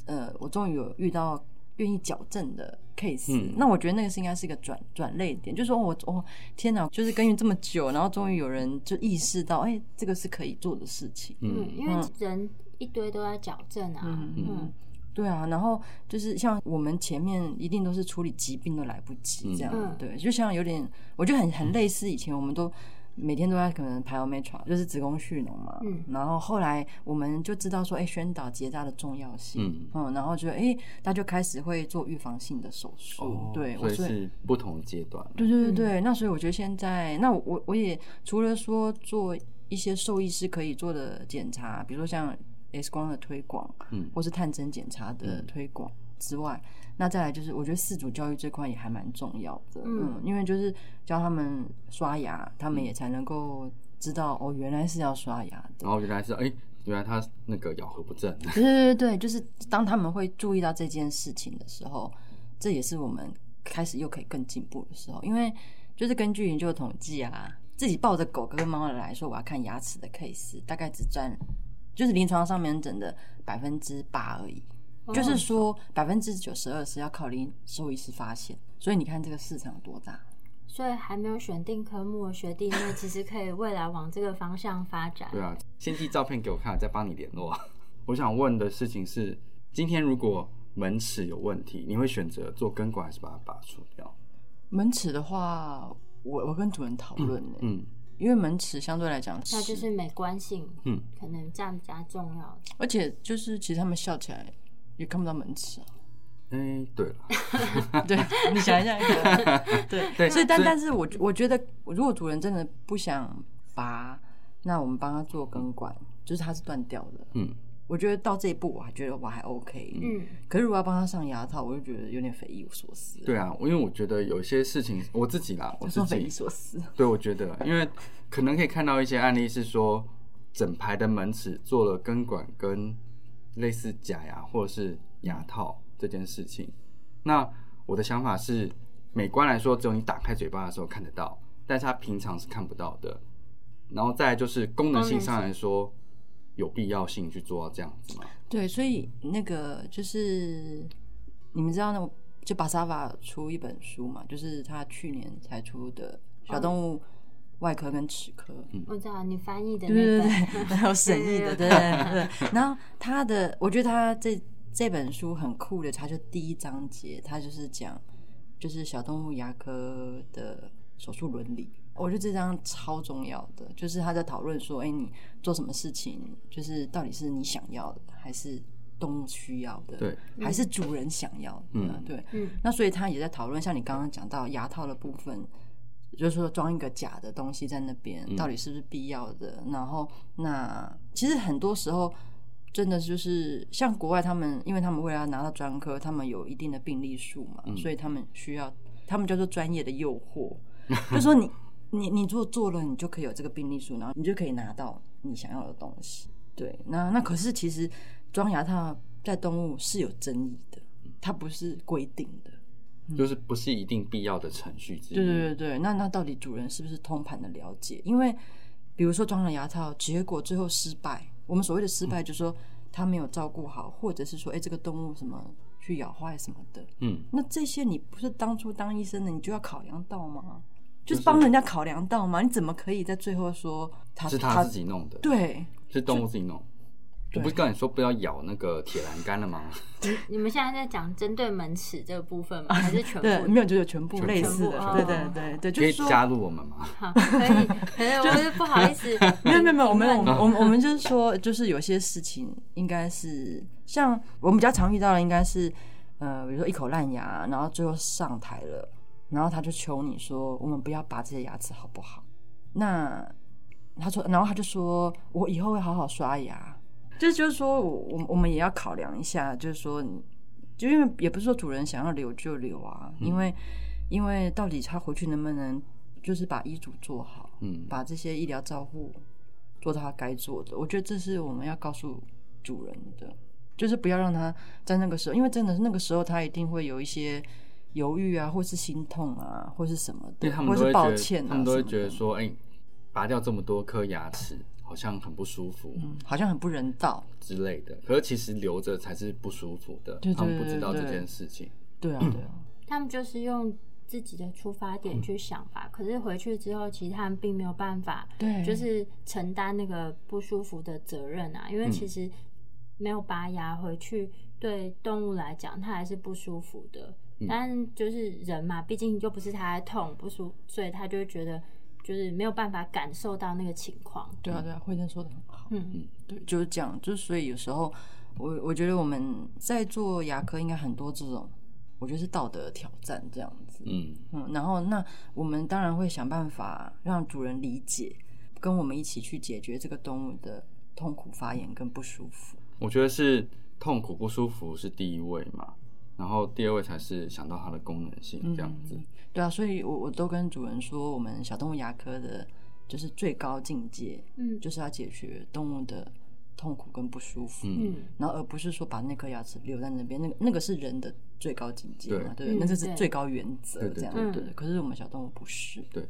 Speaker 3: 呃，我终于有遇到愿意矫正的 case，、
Speaker 2: 嗯
Speaker 3: 那我觉得那个是应该是一个转转类点，就是说我哦天哪，就是耕耘这么久，然后终于有人就意识到，哎，这个是可以做的事情。
Speaker 1: 嗯，
Speaker 2: 嗯，
Speaker 1: 因为人一堆都在矫正啊，
Speaker 3: 嗯
Speaker 1: 嗯
Speaker 3: 嗯嗯，对啊，然后就是像我们前面一定都是处理疾病都来不及这样，
Speaker 1: 嗯
Speaker 3: 对，就像有点，我觉得很很类似以前我们都。每天都在可能排 Omega，就是子宫蓄脓嘛，
Speaker 1: 嗯
Speaker 3: 然后后来我们就知道说，哎、宣导结扎的重要性，
Speaker 2: 嗯
Speaker 3: 然后觉得，哎、大家就开始会做预防性的手术，
Speaker 2: 哦
Speaker 3: 对，
Speaker 2: 所以
Speaker 3: 我
Speaker 2: 是不同阶段。
Speaker 3: 对对对对，那所以我觉得现在，那我我我也除了说做一些兽医师可以做的检查，比如说像 X 光的推广，
Speaker 2: 嗯
Speaker 3: 或是探针检查的
Speaker 2: 嗯
Speaker 3: 推广之外，那再来就是我觉得饲主教育这块也还蛮重要的，
Speaker 1: 嗯
Speaker 3: 嗯因为就是教他们刷牙，他们也才能够知道、哦，原来是要刷牙的。
Speaker 2: 然后原来是哎、原来他那个咬合不正。
Speaker 3: 对对对对，就是当他们会注意到这件事情的时候，这也是我们开始又可以更进步的时候，因为就是根据研究统计啊，自己抱着狗跟猫来说，我要看牙齿的 case，大概只占就是临床上面诊的百分之八而已，
Speaker 1: 哦
Speaker 3: 就是说百分之九十二是要靠临兽医师发现，所以你看这个市场有多大。
Speaker 1: 所以还没有选定科目的学弟妹，其实可以未来往这个方向发展。
Speaker 2: 对啊，先寄照片给我看，再帮你联络。啊 我想问的事情是，今天如果门齿有问题，你会选择做根管还是把它拔除掉？
Speaker 3: 门齿的话，我我跟主人讨论呢，
Speaker 2: 嗯，
Speaker 3: 因为门齿相对来讲
Speaker 1: 那就是美观性，
Speaker 2: 嗯，
Speaker 1: 可能占比较重要。
Speaker 3: 而且就是其实他们笑起来也看不到门齿啊，
Speaker 2: 嗯，对了，
Speaker 3: 对你想一下， 对
Speaker 2: 啊对
Speaker 3: 所以但
Speaker 2: 所以
Speaker 3: 但是我我觉得，如果主人真的不想拔，那我们帮他做根管，就是它是断掉的。
Speaker 2: 嗯，
Speaker 3: 我觉得到这一步，我还觉得我还 OK。
Speaker 1: 嗯，
Speaker 3: 可是如果要帮他上牙套，我就觉得有点匪夷所思。
Speaker 2: 对，啊，因为我觉得有些事情我自己啦，我
Speaker 3: 我
Speaker 2: 自
Speaker 3: 说匪夷
Speaker 2: 己
Speaker 3: 所思，
Speaker 2: 对，我觉得，因为可能可以看到一些案例是说，整排的门齿做了根管跟类似假牙或者是牙套这件事情。那我的想法是，美观来说，只有你打开嘴巴的时候看得到，但是它平常是看不到的。然后再来就是功能性上来说，有必要性去做到这样子吗？
Speaker 3: 对，所以那个就是你们知道那个就巴萨瓦出一本书嘛，就是他去年才出的小动物外科跟齿科。
Speaker 1: 我知道你翻译的那
Speaker 3: 对对
Speaker 1: 本，
Speaker 3: 对，还有审议的，对对对对。 然后他的，我觉得他这这本书很酷的，他就第一章节，他就是讲就是小动物牙科的手术伦理。我觉得这张超重要的，就是他在讨论说，哎、你做什么事情，就是到底是你想要的，还是动物需要的，
Speaker 2: 对，
Speaker 3: 还是主人想要的，
Speaker 2: 嗯
Speaker 3: 对。
Speaker 1: 嗯
Speaker 3: 那所以他也在讨论，像你刚刚讲到牙套的部分，就是说装一个假的东西在那边，
Speaker 2: 嗯
Speaker 3: 到底是不是必要的？然后那其实很多时候真的就是像国外他们，因为他们为了要拿到专科，他们有一定的病例数嘛，
Speaker 2: 嗯
Speaker 3: 所以他们需要他们叫做专业的诱 惑，就是说你你你如果做了，你就可以有这个病例数，然后你就可以拿到你想要的东西。对，那那可是其实装牙套在动物是有争议的，它不是规定的。
Speaker 2: 就是不是一定必要的程序之一。
Speaker 3: 嗯对对对对，那那到底主人是不是通盘的了解？因为比如说装了牙套，结果最后失败，我们所谓的失
Speaker 2: 嗯
Speaker 3: 败就是说他没有照顾好，或者是说哎、这个动物什么去咬坏什么的，
Speaker 2: 嗯，
Speaker 3: 那这些你不是当初当医生的，你就要考量到吗？
Speaker 2: 就
Speaker 3: 就
Speaker 2: 是是
Speaker 3: 帮人家考量到吗？你怎么可以在最后说他
Speaker 2: 是他自己弄的，
Speaker 3: 对？
Speaker 2: 是动物自己弄。我
Speaker 3: 对
Speaker 2: 不是跟你说不要咬那个铁栏杆了吗？
Speaker 1: 你们现在在讲针对门齿这个部分吗？还是全
Speaker 3: 啊对，
Speaker 1: 部？
Speaker 3: 没有，就是全部
Speaker 2: 全部嗯
Speaker 3: 类似的，
Speaker 1: 哦
Speaker 3: 对对对对，就
Speaker 2: 可以
Speaker 3: 是说
Speaker 2: 加入我们吗？
Speaker 1: 好， 可 以，可以，我是不好意思评。
Speaker 3: 没有没有没有，我们我
Speaker 1: 评
Speaker 3: 们
Speaker 1: 论
Speaker 3: 我们我们就是说，就是有些事情应该是像我们比较常遇到的，应该是呃，比如说一口烂牙，然后最后上台了，然后他就求你说，我们不要拔这些牙齿好不好？那他说，然后他就说我以后会好好刷牙，就是就是说我我我们也要考量一下，就是说你，就因为也不是说主人想要留就留啊，因为因为到底他回去能不能就是把医嘱做好，
Speaker 2: 嗯，
Speaker 3: 把这些医疗照护做到他该做的。我觉得这是我们要告诉主人的，就是不要让他在那个时候，因为真的是那个时候他一定会有一些犹豫啊，或是心痛啊，或是什么
Speaker 2: 因
Speaker 3: 的，
Speaker 2: 为他们
Speaker 3: 或
Speaker 2: 都
Speaker 3: 是
Speaker 2: 会
Speaker 3: 抱
Speaker 2: 觉
Speaker 3: 歉
Speaker 2: 得，
Speaker 3: 啊，
Speaker 2: 他们都会
Speaker 3: 什么的
Speaker 2: 觉得，说，哎、拔掉这么多颗牙齿，好像很不舒服
Speaker 3: 嗯，好像很不人道。
Speaker 2: 之类的。可是其实留着才是不舒服的，
Speaker 3: 对对
Speaker 2: 他们不知道
Speaker 3: 对
Speaker 2: 这
Speaker 3: 对
Speaker 2: 件事情。
Speaker 3: 对啊，对啊，
Speaker 2: 嗯
Speaker 1: 他们就是用自己的出发点去想吧。可是回去之后，其实他们并没有办法，
Speaker 3: 对
Speaker 1: 就是承担那个不舒服的责任啊。因为
Speaker 2: 嗯
Speaker 1: 其实没有拔牙回去，对动物来讲，它还是不舒服的。
Speaker 2: 嗯
Speaker 1: 但就是人嘛，毕竟又不是他在痛不舒，所以他就会觉得就是没有办法感受到那个情况。
Speaker 3: 对啊，对啊，慧珍说的很好。
Speaker 1: 嗯
Speaker 3: 对，就是这样，就是所以有时候我我觉得我们在做牙科应该很多这种，我觉得是道德挑战这样子。
Speaker 2: 嗯，
Speaker 3: 嗯，然后那我们当然会想办法让主人理解，跟我们一起去解决这个动物的痛苦发炎跟不舒服。
Speaker 2: 我觉得是痛苦不舒服是第一位嘛，然后第二位才是想到它的功能性这样子。
Speaker 3: 对啊，所以我我都跟主人说，我们小动物牙科的就是最高境界，
Speaker 1: 嗯
Speaker 3: 就是要解决动物的痛苦跟不舒服。
Speaker 2: 嗯
Speaker 1: 嗯，
Speaker 3: 然后而不是说把那颗牙齿留在那边，那个那个是人的最高境界
Speaker 1: 嗯
Speaker 3: 嘛，对不对，嗯那这
Speaker 1: 对
Speaker 3: 是最高原则
Speaker 2: 对对
Speaker 3: 这样
Speaker 1: 对
Speaker 3: 对。可是我们小动物不是，
Speaker 2: 对，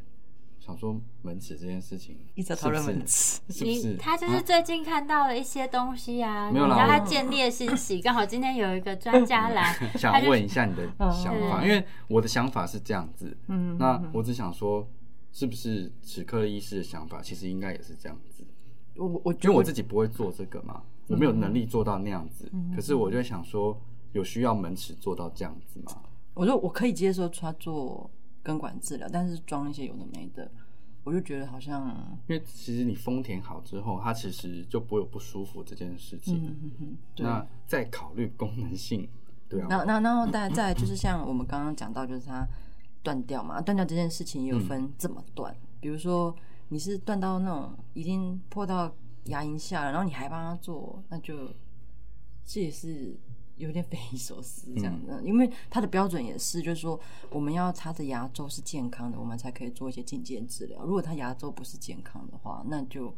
Speaker 2: 想说门齿这件事情，
Speaker 3: 一直在讨论
Speaker 2: 是不是
Speaker 3: 门，齿，
Speaker 2: 是不
Speaker 1: 你
Speaker 2: 是？啊
Speaker 1: 他就是最近看到了一些东西啊，
Speaker 2: 没有
Speaker 1: 你
Speaker 2: 啦
Speaker 1: 知道他
Speaker 2: 我
Speaker 1: 建立的信息，刚好今天有一个专家来，他
Speaker 2: 想
Speaker 1: 就
Speaker 2: 问一下你的想法，
Speaker 1: 嗯
Speaker 2: 因为我的想法是这样子，
Speaker 3: 嗯
Speaker 2: 那我只想说，是不是齿科医师的想法其实应该也是这样子？
Speaker 3: 我我我
Speaker 2: 因
Speaker 3: 觉
Speaker 2: 为
Speaker 3: 得
Speaker 2: 我自己不会做这个
Speaker 3: 嗯
Speaker 2: 嘛，我没有能力做到那样子，可是我就会想说，有需要门齿做到这样子吗？
Speaker 3: 我说我可以接受他做根管治疗，但是装一些有的没的，我就觉得好像，
Speaker 2: 因为其实你丰田好之后，它其实就不会有不舒服这件事情。
Speaker 3: 嗯嗯嗯，对，
Speaker 2: 那再考虑功能性，对啊，
Speaker 3: 然后，然后，然后，再再来就是像我们刚刚讲到，就是它断掉嘛，啊断掉这件事情也有分怎么断，比如说你是断到那种已经破到牙龈下了，然后你还帮他做，那就这也是有点匪夷所思这样子，因为它的标准也是，就是说我们要他的牙周是健康的，我们才可以做一些进阶治疗。如果他牙周不是健康的话，那就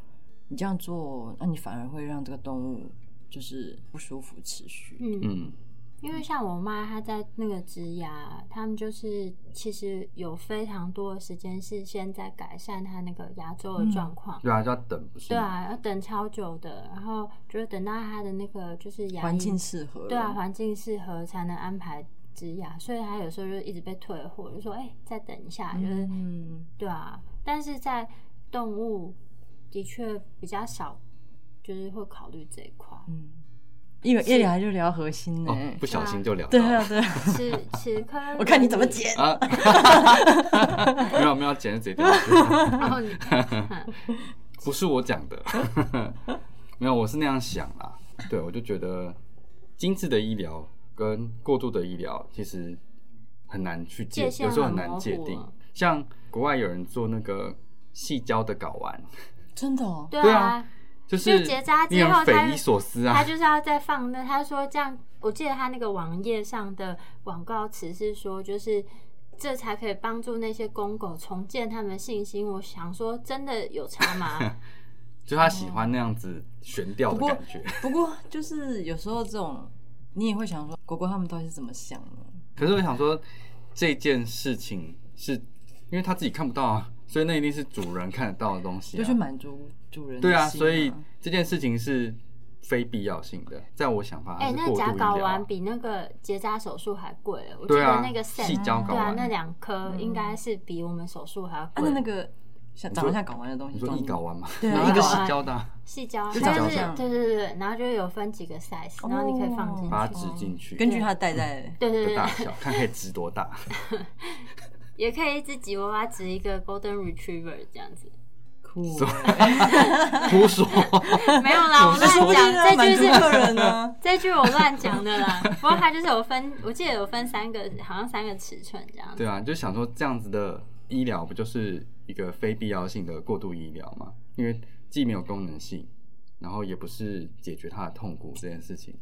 Speaker 3: 你这样做，那你反而会让这个动物就是不舒服持续。
Speaker 1: 嗯，
Speaker 2: 嗯
Speaker 1: 因为像我妈她在那个植牙，他们就是其实有非常多的时间是先在改善她那个牙周的
Speaker 3: 嗯
Speaker 1: 状况。
Speaker 2: 对啊，就要等不是？
Speaker 1: 对，啊，要等超久的，然后就是等到她的那个就是牙
Speaker 3: 环
Speaker 1: 龈
Speaker 3: 境适合了，
Speaker 1: 对啊，环境适合才能安排植牙，所以他有时候就一直被退货，就说哎、再等一下，就是、
Speaker 3: 嗯，
Speaker 1: 对啊。但是在动物的确比较少，就是会考虑这一块，
Speaker 3: 一一聊就聊核心 呢、
Speaker 2: 哦，不小心就聊到
Speaker 3: 啊嗯对
Speaker 2: 了
Speaker 3: 啊，对啊，
Speaker 1: 齿
Speaker 3: ，
Speaker 1: 齿科
Speaker 3: 我看你怎么，解。
Speaker 2: 啊， 没有没有，剪直接掉下去。
Speaker 1: 然后你
Speaker 2: 不是我讲的， 没有，我是那样想啦。对，我就觉得精致的医疗跟过度的医疗其实很难去界，
Speaker 1: 界限
Speaker 2: 有时候很
Speaker 1: 很
Speaker 2: 难
Speaker 1: 模
Speaker 2: 界
Speaker 1: 糊啊
Speaker 2: 定
Speaker 1: 了。
Speaker 2: 像国外有人做那个细胶的睾 丸，
Speaker 3: 真的哦，
Speaker 1: 对
Speaker 2: 对
Speaker 1: 啊
Speaker 2: 啊，就
Speaker 1: 就是结扎之
Speaker 2: 令
Speaker 1: 后
Speaker 2: 人
Speaker 1: 他
Speaker 2: 匪夷所思啊
Speaker 1: 他。就是要再放那，他说这样，我记得他那个网页上的广告词是说，就是这才可以帮助那些公狗重建他们的信心。我想说，真的有差 吗？
Speaker 2: 就他喜欢那样子悬吊
Speaker 3: 不
Speaker 2: 的
Speaker 3: 过
Speaker 2: 感觉。
Speaker 3: 不过就是有时候这种，你也会想说，果果他们到底是怎么想的？
Speaker 2: 可是我想说，这件事情是因为他自己看不到啊，所以那一定是主人看得到的东西、
Speaker 3: 就
Speaker 2: 啊。
Speaker 3: 去满足主人的
Speaker 2: 对啊，
Speaker 3: 心
Speaker 2: 所以这件事情是非必要性的，在我想法，它
Speaker 1: 哎、
Speaker 2: 是
Speaker 1: 那
Speaker 2: 过度
Speaker 1: 假
Speaker 2: 医
Speaker 1: 睾
Speaker 2: 疗啊
Speaker 1: 丸。比那个结扎手术还贵了，我记
Speaker 2: 对
Speaker 1: 得
Speaker 2: 啊
Speaker 1: 那个，
Speaker 2: 细
Speaker 1: set。
Speaker 2: 胶嗯睾
Speaker 1: 对啊，
Speaker 2: 丸，
Speaker 1: 那两颗应该是比我们手术还要
Speaker 3: 啊，
Speaker 1: 贵。
Speaker 3: 那那个像长得像睾丸的东西
Speaker 2: 你说
Speaker 3: 装
Speaker 2: 一
Speaker 3: 进去，
Speaker 2: 睾丸吗？
Speaker 3: 对啊
Speaker 2: 然后一个
Speaker 1: 一睾丸
Speaker 2: 细胶的啊，
Speaker 1: 细胶，
Speaker 3: 就
Speaker 1: 它
Speaker 2: 长哦
Speaker 1: 就是
Speaker 3: 相
Speaker 1: 对对对对，然后就有分几个 size，然后你可以放进去。
Speaker 2: 把它植进去，
Speaker 3: 根据它的代 代，
Speaker 1: 对对
Speaker 2: 的
Speaker 1: 对
Speaker 2: 大
Speaker 1: 对，
Speaker 2: 小，看可以植多 大。
Speaker 1: 也可以一只吉娃娃植一个 golden retriever 这样子。
Speaker 3: 酷
Speaker 2: 所以 胡说，
Speaker 1: 没有啦，我
Speaker 2: 我是
Speaker 1: 哎乱
Speaker 2: 说
Speaker 1: 讲，这
Speaker 3: 啊满
Speaker 1: 句
Speaker 3: 足
Speaker 1: 是
Speaker 3: 客人啊呢。
Speaker 1: 这句我乱讲的 啦。不过它就是有分，我记得有分三个，好像三个尺寸这样。
Speaker 2: 对啊，就想说这样子的医疗不就是一个非必要性的过度医疗吗？因为既没有功能性，然后也不是解决它的痛苦这件事情。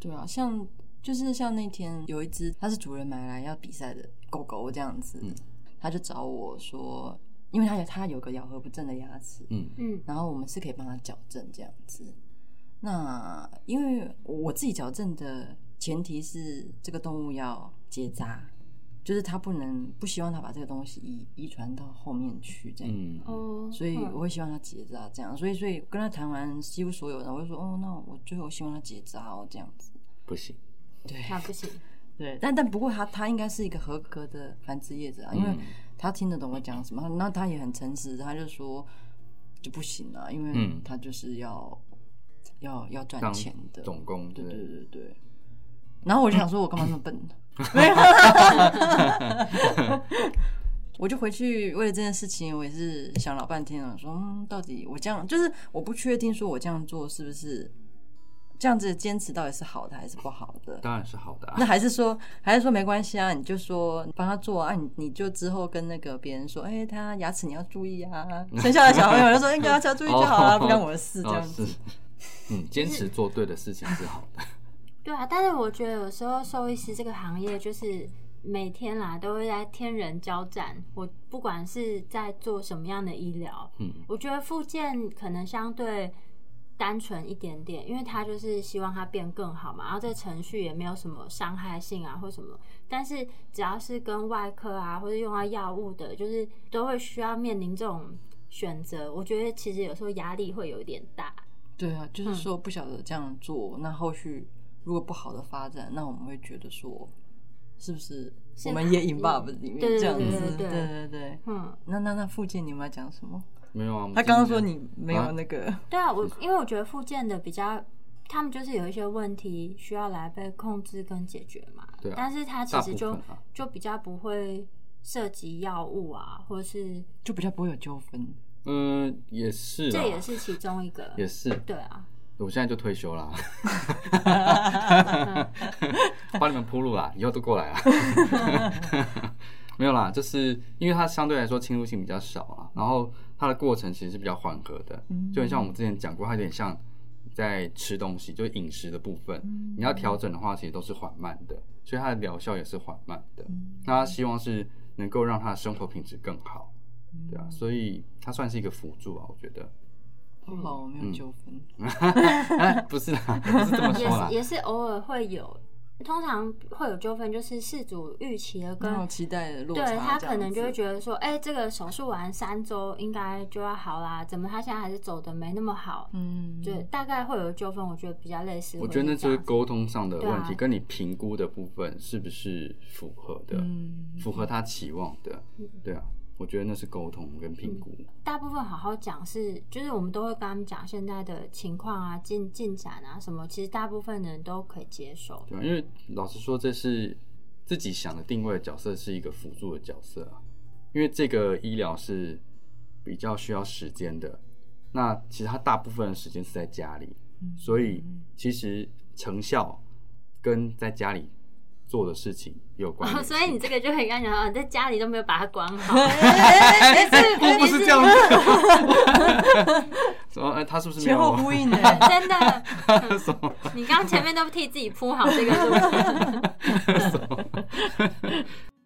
Speaker 3: 对啊，像就是像那天有一只，它是主人买来要比赛的狗狗这样子，
Speaker 2: 嗯
Speaker 3: 他就找我说，因为它有它有个咬合不正的牙齿，
Speaker 2: 嗯，
Speaker 1: 嗯，
Speaker 3: 然后我们是可以帮它矫正这样子。那因为我自己矫正的前提是这个动物要结扎，就是它不能不希望它把这个东西遗遗传到后面去这样。
Speaker 2: 嗯，
Speaker 1: 哦，
Speaker 3: 所以我
Speaker 1: 嗯
Speaker 3: 会希望它结扎这样，所以所以跟他谈完几乎所有的，我就说哦，那我最后希望它结扎哦这样子。
Speaker 2: 不行，
Speaker 3: 对
Speaker 1: 那不行，
Speaker 3: 对，但但不过它它应该是一个合格的繁殖业者啊，因为
Speaker 2: 嗯
Speaker 3: 它听得懂我讲什么，那它也很诚实，它就说就不行啊，因为
Speaker 2: 嗯
Speaker 3: 它就是要、要要赚
Speaker 2: 当
Speaker 3: 钱的，
Speaker 2: 总工
Speaker 3: 对
Speaker 2: 之类
Speaker 3: 对
Speaker 2: 的
Speaker 3: 对对。然后我就想说，我干嘛那么笨？ 没有，我就回去为了这件事情，我也是想老半天了，说嗯，到底我这样就是我不确定，说我这样做是不是这样子的坚持到底是好的还是不好的？
Speaker 2: 当然是好的啊
Speaker 3: 那。还是说，还是说没关系啊？你就说帮他做啊，你你就之后跟那个别人说，哎、他牙齿你要注意啊。
Speaker 2: 嗯
Speaker 3: 生下来小朋友就说，哎你牙齿要注意就 好了、
Speaker 2: 哦
Speaker 3: 不干我的事这样子。
Speaker 2: 哦是 嗯，坚持做对的事情是好的。
Speaker 1: 对啊。但是我觉得有时候兽医师这个行业就是。每天啦，都会在天人交战。我不管是在做什么样的医疗，
Speaker 2: 嗯，
Speaker 1: 我觉得复健可能相对单纯一点点，因为他就是希望它变更好嘛，然后这个程序也没有什么伤害性啊或什么。但是只要是跟外科啊或者用到药物的，就是都会需要面临这种选择。我觉得其实有时候压力会有一点大。
Speaker 3: 对啊，就是说不晓得这样做，那后续如果不好的发展，那我们会觉得说，是不是
Speaker 1: 是
Speaker 3: 我们也 involve 里面
Speaker 1: 对对
Speaker 3: 这样子？
Speaker 1: 对对对
Speaker 3: 对对对。
Speaker 1: 嗯，
Speaker 3: 那那那附件你有没有讲什么？
Speaker 2: 没有啊。我们
Speaker 3: 他刚刚
Speaker 2: 今
Speaker 3: 说
Speaker 2: 天
Speaker 3: 你没有那个，
Speaker 1: 对啊，我因为我觉得复健的比较，他们就是有一些问题需要来被控制跟解决嘛。
Speaker 2: 对啊
Speaker 1: 但是它其
Speaker 2: 大
Speaker 1: 实
Speaker 2: 部
Speaker 1: 就
Speaker 2: 分啊
Speaker 1: 就比较不会涉及药物啊，或者是
Speaker 3: 就比较不会有纠纷。
Speaker 2: 嗯，也是，
Speaker 1: 这也，是其中一个。
Speaker 2: 也是，
Speaker 1: 对啊，
Speaker 2: 我现在就退休啦， 帮你们铺路啦，以后都过来啊。 没有啦，就是因为它相对来说侵入性比较少啦，然后它的过程其实是比较缓和的，
Speaker 3: 嗯
Speaker 2: 就很像我们之前讲过，它有点像在吃东西，就是饮食的部分，
Speaker 3: 嗯
Speaker 2: 你要调整的话，其实都是缓慢的，所以它的疗效也是缓慢的。
Speaker 3: 嗯
Speaker 2: 那他希望是能够让他的生活品质更好，对啊，所以它算是一个辅助啊，我觉得。
Speaker 3: 好，我没
Speaker 2: 嗯
Speaker 3: 有纠纷。
Speaker 2: 啊，不是啦，不是这么
Speaker 1: 嗯 也
Speaker 2: 说啦
Speaker 1: 是，也是偶尔会有，通常会有纠纷，就是事主预期的
Speaker 3: 刚好
Speaker 1: 跟
Speaker 3: 期待的落差，
Speaker 1: 对他可能就会觉得说，哎、这个手术完三周应该就要好啦，怎么他现在还是走的没那么好？
Speaker 3: 得，嗯，
Speaker 1: 对，啊大概会有纠纷，我觉得比较类似。
Speaker 2: 我觉得那就是沟通上的问
Speaker 1: 对啊
Speaker 2: 题，跟你评估的部分是不是符合的，
Speaker 3: 嗯
Speaker 2: 符合他期望的，对啊，我觉得那是沟通跟评估，
Speaker 1: 大部分好好讲是，就是我们都会跟他们讲现在的情况啊、进进展啊什么，其实大部分人都可以接受。
Speaker 2: 对啊，因为老实说，这是自己想的定位的角色是一个辅助的角色啊，因为这个医疗是比较需要时间的，那其实他大部分的时间是在家里，
Speaker 3: 嗯
Speaker 2: 所以其实成效跟在家里做的事情有关联
Speaker 1: 哦，
Speaker 2: 性、
Speaker 1: 所以你这个就很刚讲，哦你在家里都没有把它管好，哎
Speaker 2: 我哎不是这 样子。什么？哎他是不是没
Speaker 3: 前
Speaker 2: 有
Speaker 3: 后
Speaker 2: 我？
Speaker 3: 呼应的，欸
Speaker 1: 真的，
Speaker 2: 什么？
Speaker 1: 你刚前面都替自己铺好这个路。